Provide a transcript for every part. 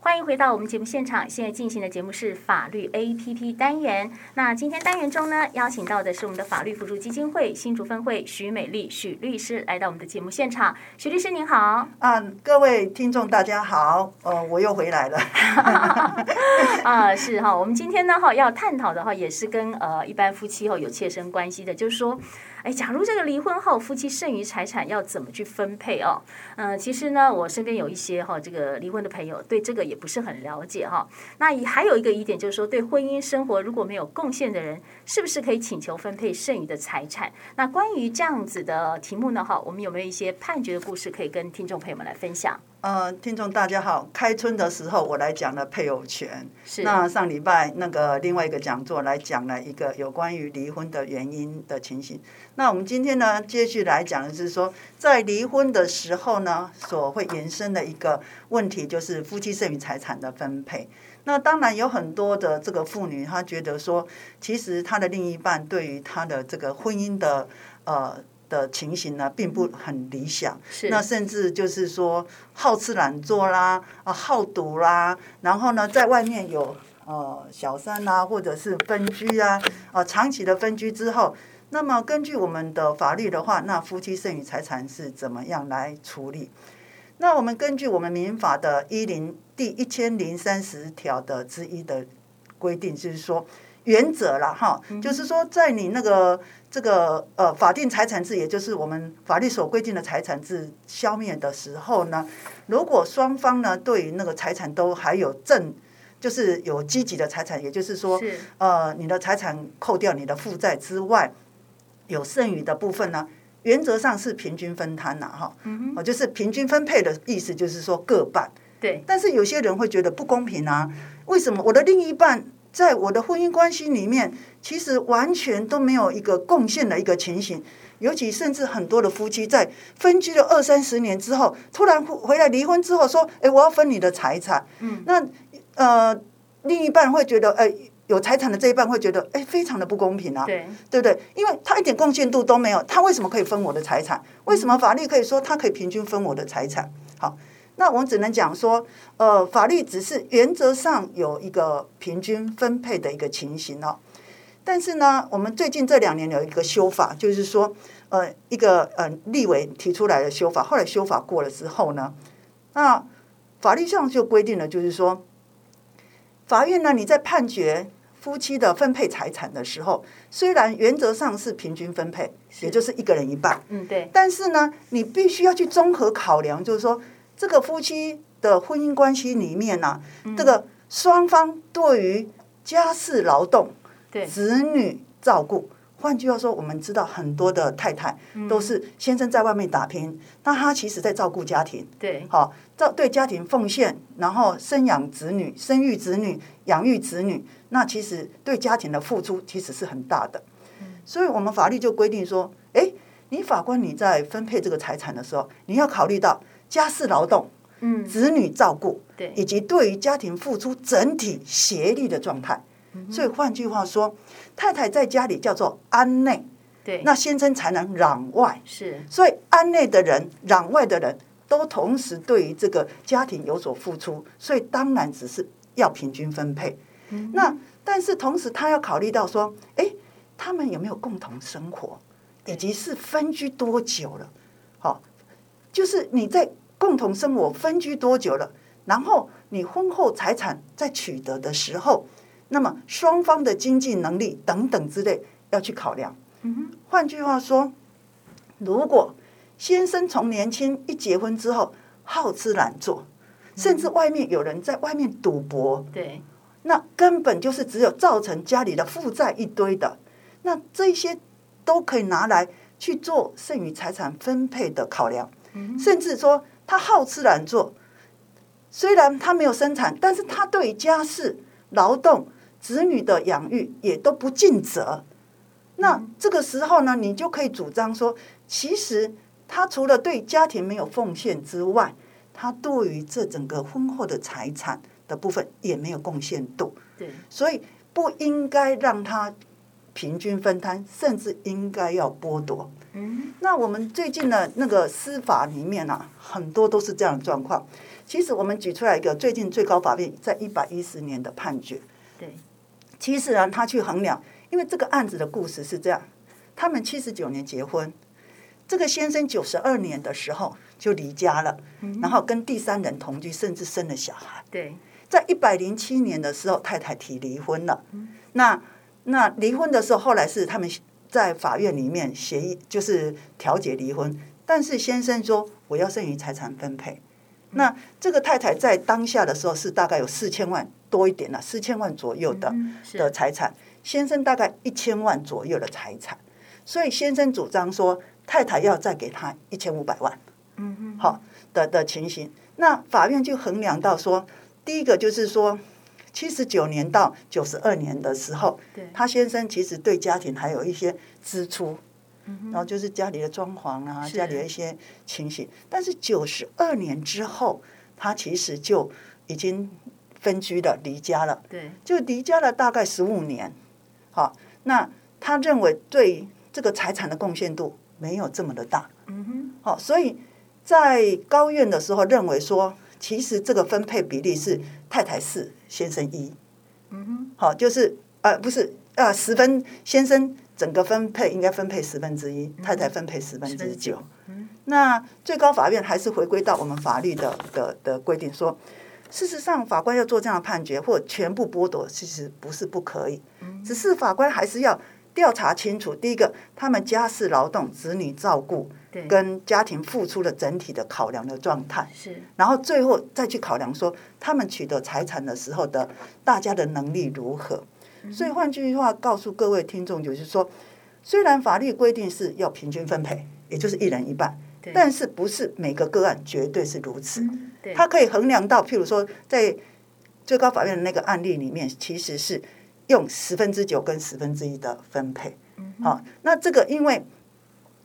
欢迎回到我们节目现场，现在进行的节目是法律 A P P 单元。那今天单元中呢，邀请到的是我们的法律辅助基金会新竹分会许美丽许律师来到我们的节目现场。许律师您好，啊，各位听众大家好，呃，我又回来了。 啊，是哈，我们今天呢哈要探讨的哈也是跟呃一般夫妻哈有切身关系的，就是说，哎，假如这个离婚后夫妻剩余财产要怎么去分配哦？嗯、其实呢，我身边有一些哈这个离婚的朋友对这个也不是很了解哈。那也还有一个疑点就是说，对婚姻生活如果没有贡献的人，是不是可以请求分配剩余的财产？那关于这样子的题目呢哈，我们有没有一些判决的故事可以跟听众朋友们来分享？呃，听众大家好，开春的时候我来讲了配偶权，那上礼拜那个另外一个讲座来讲了一个有关于离婚的原因的情形。那我们今天呢，接续来讲的是说，在离婚的时候呢，所会延伸的一个问题就是夫妻剩余财产的分配。那当然有很多的这个妇女，她觉得说，其实她的另一半对于她的这个婚姻的呃的情形呢，并不很理想。是那甚至就是说好吃懒做啦，啊好赌啦，然后呢，在外面有呃小三啦、或者是分居啊，呃长期的分居之后，那么根据我们的法律的话，那夫妻剩余财产是怎么样来处理？那我们根据我们民法的一零第一千零三十条的之一的规定，就是说原则啦哈，就是说在你那个这个呃法定财产制，也就是我们法律所规定的财产制消灭的时候呢，如果双方呢对于那个财产都还有正，就是有积极的财产，也就是说是呃你的财产扣掉你的负债之外，有剩余的部分呢，原则上是平均分摊呐、哈，嗯、哦，就是平均分配的意思，就是说各半。对，但是有些人会觉得不公平啊，为什么我的另一半在我的婚姻关系里面，其实完全都没有一个贡献的一个情形？尤其甚至很多的夫妻在分居了二三十年之后，突然回回来离婚之后说：“哎，我要分你的财产。”嗯，那呃，另一半会觉得，哎、有财产的这一半会觉得，哎，非常的不公平啊。对，对不对？因为他一点贡献度都没有，他为什么可以分我的财产？为什么法律可以说他可以平均分我的财产？好，那我们只能讲说，呃，法律只是原则上有一个平均分配的一个情形哦。但是呢，我们最近这两年有一个修法，就是说，呃，一个呃立委提出来的修法，后来修法过了之后呢，那法律上就规定了，就是说，法院呢，你在判决夫妻的分配财产的时候，虽然原则上是平均分配，也就是一个人一半，嗯，对，但是呢，你必须要去综合考量，就是说这个夫妻的婚姻关系里面呢、嗯这个双方对于家事劳动、对子女照顾。换句话说，我们知道很多的太太嗯都是先生在外面打拼，那他其实在照顾家庭，对，好、照对家庭奉献，然后生养子女、生育子女、养育子女，那其实对家庭的付出其实是很大的。嗯所以我们法律就规定说，诶，你法官你在分配这个财产的时候，你要考虑到家事劳动、嗯，子女照顾，对，以及对于家庭付出整体协力的状态。嗯所以换句话说，太太在家里叫做安内，对，那先生才能攘外。是，所以安内的人、攘外的人都同时对于这个家庭有所付出，所以当然只是要平均分配。那但是同时他要考虑到说，哎，他们有没有共同生活，以及是分居多久了？好、就是你在共同生活分居多久了，然后你婚后财产在取得的时候，那么双方的经济能力等等之类要去考量。换句话说，如果先生从年轻一结婚之后好吃懒做，甚至外面有人在外面赌博，对，那根本就是只有造成家里的负债一堆的。那这些都可以拿来去做剩余财产分配的考量，甚至说他好吃懒做，虽然他没有生产，但是他对于家事、劳动、子女的养育也都不尽责。那这个时候呢，你就可以主张说，其实他除了对家庭没有奉献之外，他对于这整个婚后的财产的部分也没有贡献度，对，所以不应该让他平均分摊，甚至应该要剥夺。嗯，那我们最近的那个司法里面啊，很多都是这样的状况。其实我们举出来一个最近最高法院在一百一十年的判决。对，其实啊，他去衡量，因为这个案子的故事是这样：他们七十九年结婚，这个先生九十二年的时候就离家了，然后跟第三人同居，甚至生了小孩。对，在一百零七年的时候，太太提离婚了。那那离婚的时候，后来是他们在法院里面协议，就是调解离婚。但是先生说我要剩余财产分配。那这个太太在当下的时候是大概有四千万多一点了、四千万左右的、嗯是的财产，先生大概一千万左右的财产，所以先生主张说太太要再给他一千五百万嗯哼，好的的情形。那法院就衡量到说，第一个就是说，七十九年到九十二年的时候，对，他先生其实对家庭还有一些支出，嗯然后就是家里的装潢啊，是家里的一些情形。但是九十二年之后，他其实就已经分居了，离家了。对，就离家了大概十五年，好，那他认为对这个财产的贡献度没有这么的大，嗯哼，好，所以在高院的时候认为说，其实这个分配比例是太太四，先生一，嗯哼，好，就是呃不是呃十分，先生整个分配应该分配十分之一，太太分配嗯十分之九，嗯，那最高法院还是回归到我们法律的的的规定说，事实上法官要做这样的判决或全部剥夺，其实不是不可以，只是法官还是要调查清楚。第一个，他们家事劳动、子女照顾对，跟家庭付出的整体的考量的状态，是，然后最后再去考量说他们取得财产的时候的大家的能力如何。嗯所以换句话告诉各位听众，就是说，虽然法律规定是要平均分配，也就是一人一半，对，但是不是每个个案绝对是如此。嗯对，它可以衡量到，譬如说在最高法院的那个案例里面，其实是用十分之九跟十分之一的分配。嗯好、那这个因为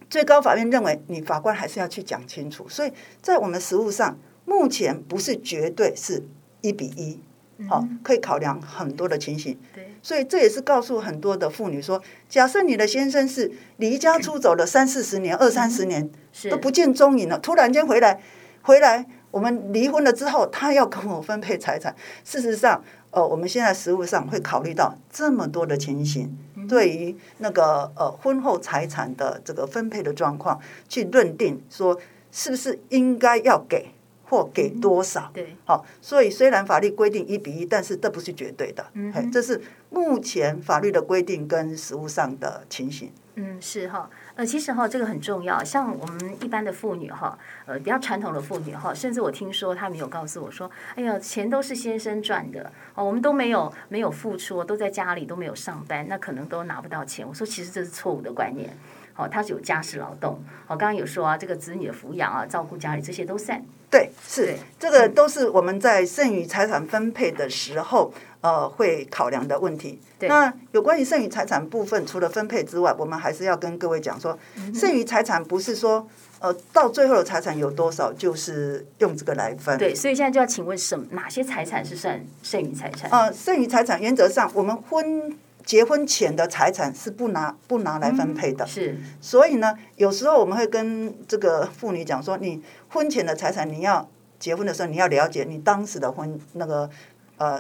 最高法院认为你法官还是要去讲清楚，所以在我们实务上，目前不是绝对是一比一。嗯好、可以考量很多的情形，对，所以这也是告诉很多的妇女说，假设你的先生是离家出走了三四十年、二三十年，是都不见踪影了，突然间回来，回来，我们离婚了之后，他要跟我分配财产。事实上，呃，我们现在实务上会考虑到这么多的情形，对于那个呃婚后财产的这个分配的状况，去认定说是不是应该要给或给多少。嗯对，好、所以虽然法律规定一比一，但是这不是绝对的，嗯嘿哼这是目前法律的规定跟实务上的情形。嗯，是哈，呃，其实哈，这个很重要。像我们一般的妇女哈，呃，比较传统的妇女哈，甚至我听说她们有告诉我说，哎呀，钱都是先生赚的，哦，我们都没有没有付出，都在家里都没有上班，那可能都拿不到钱。我说，其实这是错误的观念。哦，他是有家事劳动。哦，刚刚有说啊，这个子女的抚养啊，照顾家里这些都算。对，是对嗯这个都是我们在剩余财产分配的时候，呃，会考量的问题。那有关于剩余财产部分，除了分配之外，我们还是要跟各位讲说，嗯剩余财产不是说，呃，到最后的财产有多少，就是用这个来分。对，所以现在就要请问什么哪些财产是算剩余财产？呃，剩余财产原则上，我们婚结婚前的财产是不拿不拿来分配的。是所以呢，有时候我们会跟这个妇女讲说，你婚前的财产，你要结婚的时候，你要了解你当时的婚那个呃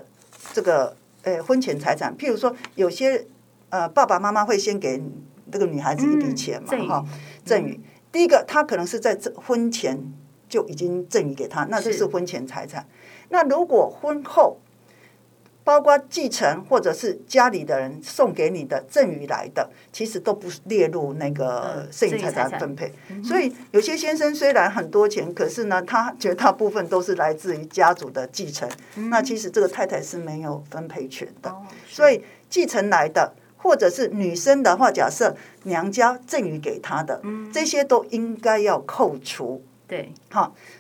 这个呃婚前财产，譬如说有些呃爸爸妈妈会先给这个女孩子一笔嗯钱嘛赠与哈，赠与。第一个，他可能是在这婚前就已经赠予给他，那这是是婚前财产。那如果婚后，包括继承或者是家里的人送给你的赠予来的，其实都不列入那个嗯剩余剩余财财产产嗯分配。所以有些先生虽然很多钱，可是呢，他绝大部分都是来自于家族的继承。嗯那其实这个太太是没有分配权的。哦，所以以继承来的，或者是女生的话，假设娘家赠予给她的，这些都应该要扣除。对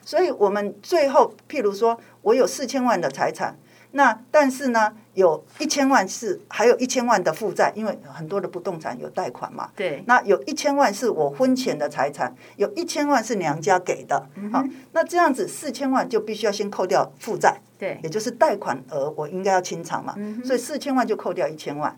所以我们最后，譬如说我有四千万的财产，那但是呢，有一千万是还有一千万的负债，因为很多的不动产有贷款嘛。对那有一千万是我婚前的财产，有一千万是娘家给的，嗯好、那这样子四千万就必须要先扣掉负债，对嗯也就是贷款额，我应该要清偿嘛，所以四千万就扣掉一千万。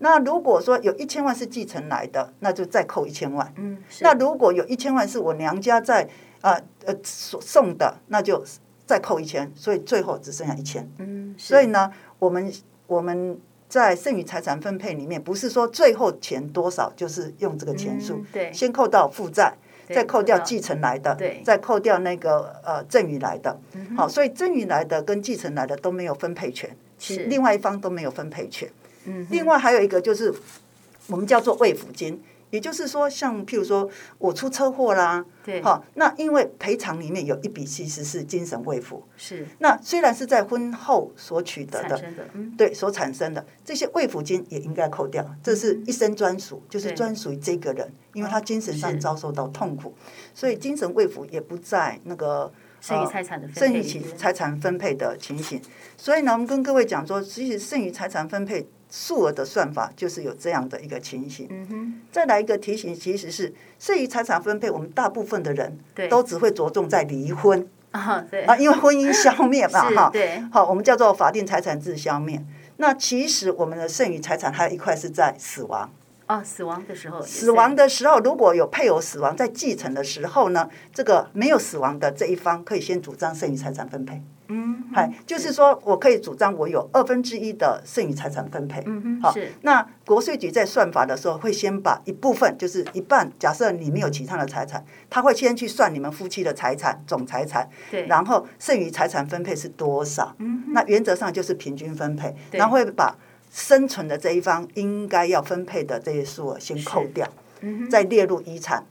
那如果说有一千万是继承来的，那就再扣一千万。嗯是那如果有一千万是我娘家在呃呃所送的，那就再扣一千，所以最后只剩下一千。嗯，是所以呢，我们我们在剩余财产分配里面，不是说最后钱多少，就是用这个钱数，嗯对先扣到负债，对再扣掉扣到继承来的，对再扣掉那个呃赠与来的。嗯哼好，所以赠与来的跟继承来的都没有分配权，其是另外一方都没有分配权。嗯哼另外还有一个就是我们叫做慰抚金。也就是说，像譬如说我出车祸啦，对好，那因为赔偿里面有一笔其实是精神慰抚，是那虽然是在婚后所取得产的，生的，嗯，对所产生的这些慰抚金也应该扣掉，这是一生专属，就是对专属于这个人，因为他精神上是遭受到痛苦，所以精神慰抚也不在那个剩余呃财产的分剩配余里其面财产分配的情形。所以呢，我们跟各位讲说，其实剩余财产分配数额的算法就是有这样的一个情形。嗯哼，再来一个提醒，其实是剩余财产分配，我们大部分的人对都只会着重在离婚 啊，对，啊，因为婚姻 消灭嘛，是哈，对好，我们叫做法定财产制消灭。那其实我们的剩余财产还有一块是在死亡，哦，死亡的时候也是，死亡的时候如果有配偶死亡，在继承的时候呢，这个没有死亡的这一方可以先主张剩余财产分配。嗯，哎，就是说我可以主张我有二分之一的剩余财产分配。嗯哼，好是，那国税局在算法的时候，会先把一部分，就是一半，假设你没有其他的财产，他会先去算你们夫妻的财产总财产，对，然后剩余财产分配是多少？嗯那原则上就是平均分配，对然后会把生存的这一方应该要分配的这些数额先扣掉，嗯哼，再列入遗产，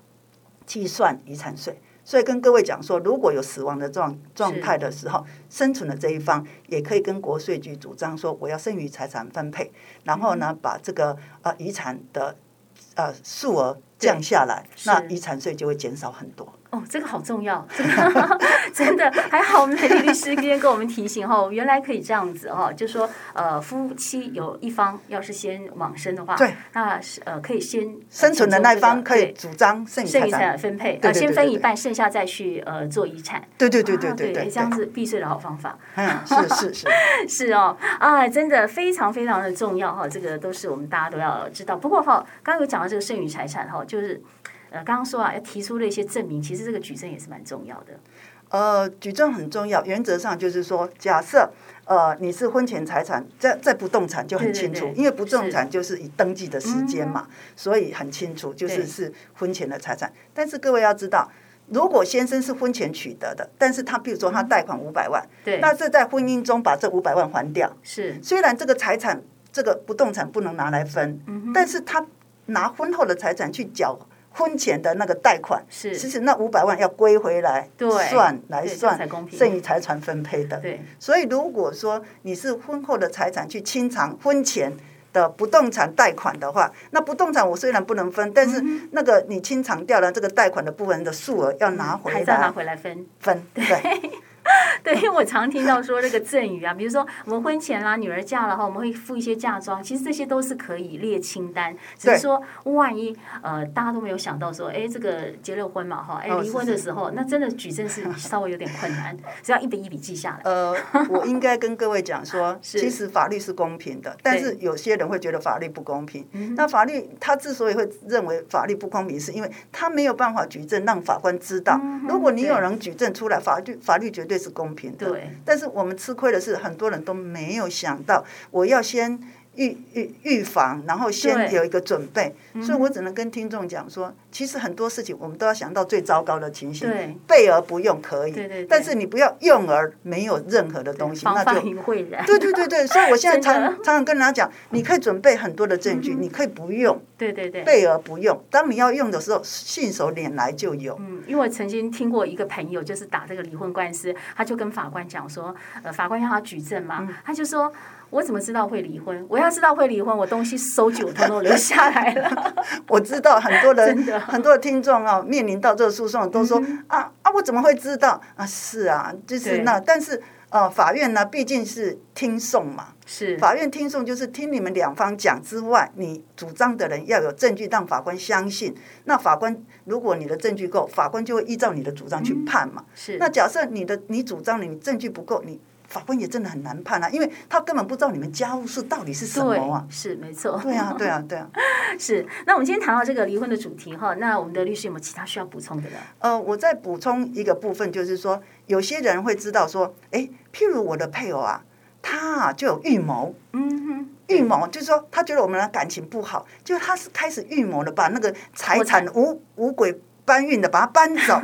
计算遗产税。所以跟各位讲说，如果有死亡的状状态的时候，生存的这一方也可以跟国税局主张说，我要剩余财产分配，然后嗯呢，把这个呃遗产的呃数额降下来，是那遗产税就会减少很多。哦，这个好重要，这个 真的还好，美丽律师今天跟我们提醒哦，原来可以这样子哦，就说呃，夫妻有一方要是先往生的话，对，那是呃可以先生存的那一方可以对主张剩余剩财余财产产分配，对呃，对先对分对一对半，剩下再去呃做遗产。 对对对对 啊对对，这样子避税的好方法。嗯，是是是，是哦，啊，真的非常非常的重要哈，这个都是我们大家都要知道。不过哈，刚刚有讲到这个剩余财产哈，就是呃，刚刚说啊，要提出了一些证明，其实这个举证也是蛮重要的。呃，举证很重要，原则上就是说，假设呃你是婚前财产，在在不动产就很清楚，对对对因为不动产就是以登记的时间嘛，所以很清楚就是对是婚前的财产。但是各位要知道。如果先生是婚前取得的，但是他比如说他贷款五百万，对，那是在婚姻中把这五百万还掉，是虽然这个财产这个不动产不能拿来分，嗯但是他拿婚后的财产去缴婚前的那个贷款，是其实那五百万要归回来对算来对这样才算公平剩余财产分配的。对，所以如果说你是婚后的财产去清偿婚前。的不动产贷款的话，那不动产我虽然不能分，但是嗯那个你清偿掉了这个贷款的部分的数额要拿回嗯还是要拿来回来分。分，对，对，因为我常听到说这个赠与啊，比如说我们婚前啦、女儿嫁了哈，我们会付一些嫁妆，其实这些都是可以列清单，只是对说万一呃大家都没有想到说，哎，这个结了婚嘛哈，哎哦离是婚的是时候，那真的举证是稍微有点困难，只要一笔一笔记下来。呃，我应该跟各位讲说， 其实法律是公平的，但是有些人会觉得法律不公平。嗯那法律他之所以会认为法律不公平，是因为他没有办法举证让法官知道。嗯如果你有人举证出来，法律法律绝对是公平的。对，但是我们吃亏的是，很多人都没有想到，我要先预预预防，然后先对嗯有一个准备。所以我只能跟听众讲说，其实很多事情我们都要想到最糟糕的情形对，备而不用可以。对对对但是你不要用而没有任何的东西，防那范就。于未然。 对对对对，所以我 现在常真的嗯常常跟人家讲，你可以准备很多的证据，你可以不用，对对对。备而不用。当你要用的时候，信手拈来就有。嗯，因为我曾经听过一个朋友，就是打这个离婚官司，他就跟法官讲说，呃，法官要他举证嘛，嗯他就说，我怎么知道会离婚？我要知道会离婚，我东西收据我通通留下来了。我知道很多人 真的，嗯很多的听众啊，面临到这个诉讼，都说啊啊，我怎么会知道啊？是啊，就是对那，但是呃，法院呢，毕竟是听讼嘛，是，法院听讼就是听你们两方讲之外，你主张的人要有证据让法官相信。那法官如果你的证据够，法官就会依照你的主张去判嘛。是那假设你的你主张了，你证据不够，你法官也真的很难判啊，因为他根本不知道你们家务事到底是什么对啊，。是没错，对 啊，对啊，对啊。是。那我们今天谈到这个离婚的主题哈，那我们的律师有没有其他需要补充的呢？呃，我再补充一个部分，就是说，有些人会知道说，诶，譬如我的配偶啊，他啊就有预谋，嗯哼，预谋就是说他觉得我们的感情不好，就他是开始预谋的，把那个财产无无轨搬运的把它搬 走。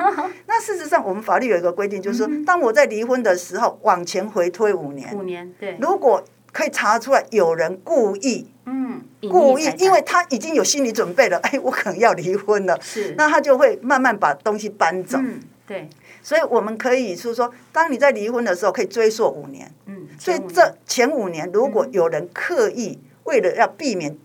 那事实上，我们法律有一个规定，就嗯是说，当我在离婚的时候，往前回推五年，五年对，如果可以查出来有人故意嗯，隐匿故意财，产因为他已经有心理准备了， 哎，我可能要离婚了，是那他就会慢慢把东西搬走。嗯对，所以我们可以是说，当你在离婚的时候，可以追溯五年。嗯，所以前五年嗯这前五年，如果有人刻意为了要避免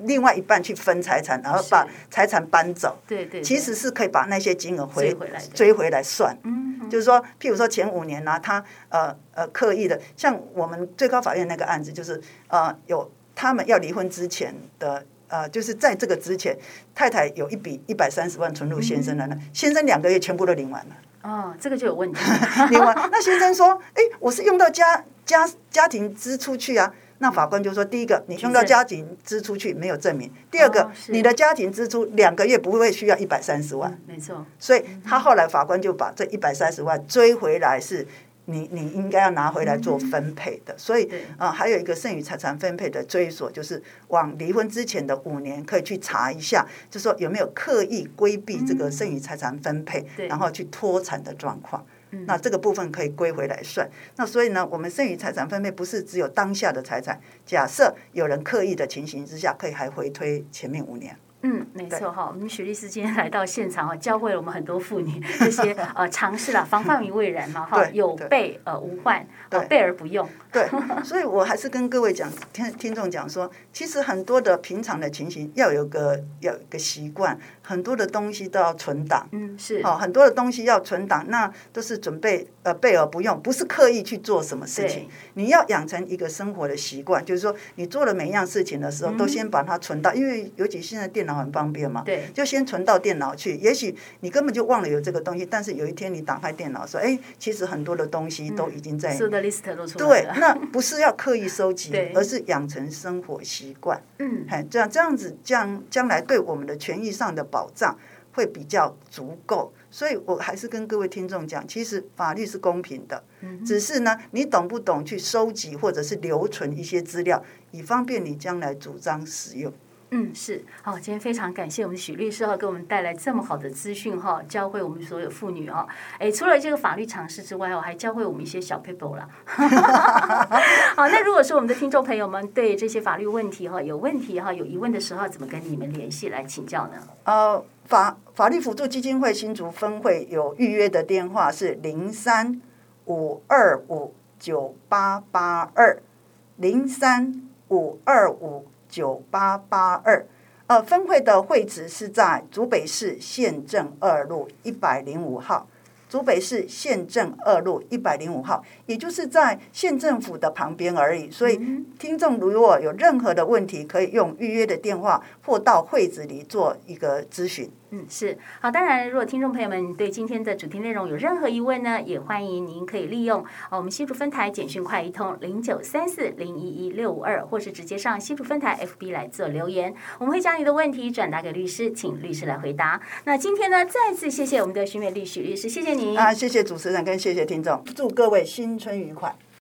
另外一半去分财产，然后把是财产搬走，对对，其对实是可以把那些金额追回回来的，追回来算。嗯哼就是说，譬如说前五年呢、他呃呃刻意的，像我们最高法院那个案子，就是呃有他们要离婚之前的。呃，就是在这个之前，太太有一笔一百三十万存入先生的嗯呢，先生两个月全部都领完了。哦，这个就有问题， 另外，那先生说：“哎、我是用到家家家庭支出去啊。”嗯那法官就说：“第一个，你用到证家庭支出去没有证明；第二个，哦是你的家庭支出两个月不会需要一百三十万。嗯 没错，所以他后来法官就把这一百三十万追回来是。你你应该要拿回来做分配的，所以对呃，还有一个剩余财产分配的追索，就是往离婚之前的五年可以去查一下，就说有没有刻意规避这个剩余财产分配，嗯对然后去脱产的状况。嗯那这个部分可以归回来算。那所以呢，我们剩余财产分配不是只有当下的财产，假设有人刻意的情形之下，可以还回推前面五年。嗯，没错哈。我们许律师今天来到现场哈，啊教会了我们很多妇女这 些呃尝试啦，防患于未然嘛哈，对有对备而无患，呃对备而不用。对， 所以我还是跟各位讲，听听众讲说，其实很多的平常的情形要有个要有个习惯，很多的东西都要存档，嗯，是哦，很多的东西要存档，那都是准备呃备而不用，不是刻意去做什么事情对，你要养成一个生活的习惯，就是说你做了每一样事情的时嗯候，都先把它存到，因为尤其现在电脑很方便嘛，对就先存到电脑去。也许你根本就忘了有这个东西，但是有一天你打开电脑说，哎，其实很多的东西嗯都已经在所有的 list 都出来对了。， 那不是要刻意收集对，而是养成生活习惯。嗯，嘿，这样这样子，将将来对我们的权益上的保障会比较足够。所以我还是跟各位听众讲，其实法律是公平的，嗯只是呢，你懂不懂去收集或者是留存一些资料，以方便你将来主张使用。嗯，是好，今天非常感谢我们许律师哈，给我们带来这么好的资讯哈，教会我们所有妇女哈。哎，除了这个法律常识之外哦，还教会我们一些小 paper 啦。 好，那如果说我们的听众朋友们对这些法律问题哈有问题哈有疑问的时候，怎么跟你们联系来请教呢？呃，法法律辅助基金会新竹分会有预约的电话是零三五二五九八八二零三五二五九八八二。呃，分会的会址是在竹北市县政二路一百零五号。竹北市县政二路一百零五号，也就是在县政府的旁边而已。所以，听众如果有任何的问题，可以用预约的电话或到会址里做一个咨询。嗯，是好。当然，如果听众朋友们对今天的主题内容有任何疑问呢，也欢迎您可以利用啊我们新竹分台简讯快一通零九三四零一一六五二，或是直接上新竹分台 FB 来做留言，我们会将你的问题转达给律师，请律师来回答。那今天呢，再次啊谢谢我们的徐美丽许律师，谢谢您。啊，谢谢主持人跟谢谢听众，祝各位新春愉快。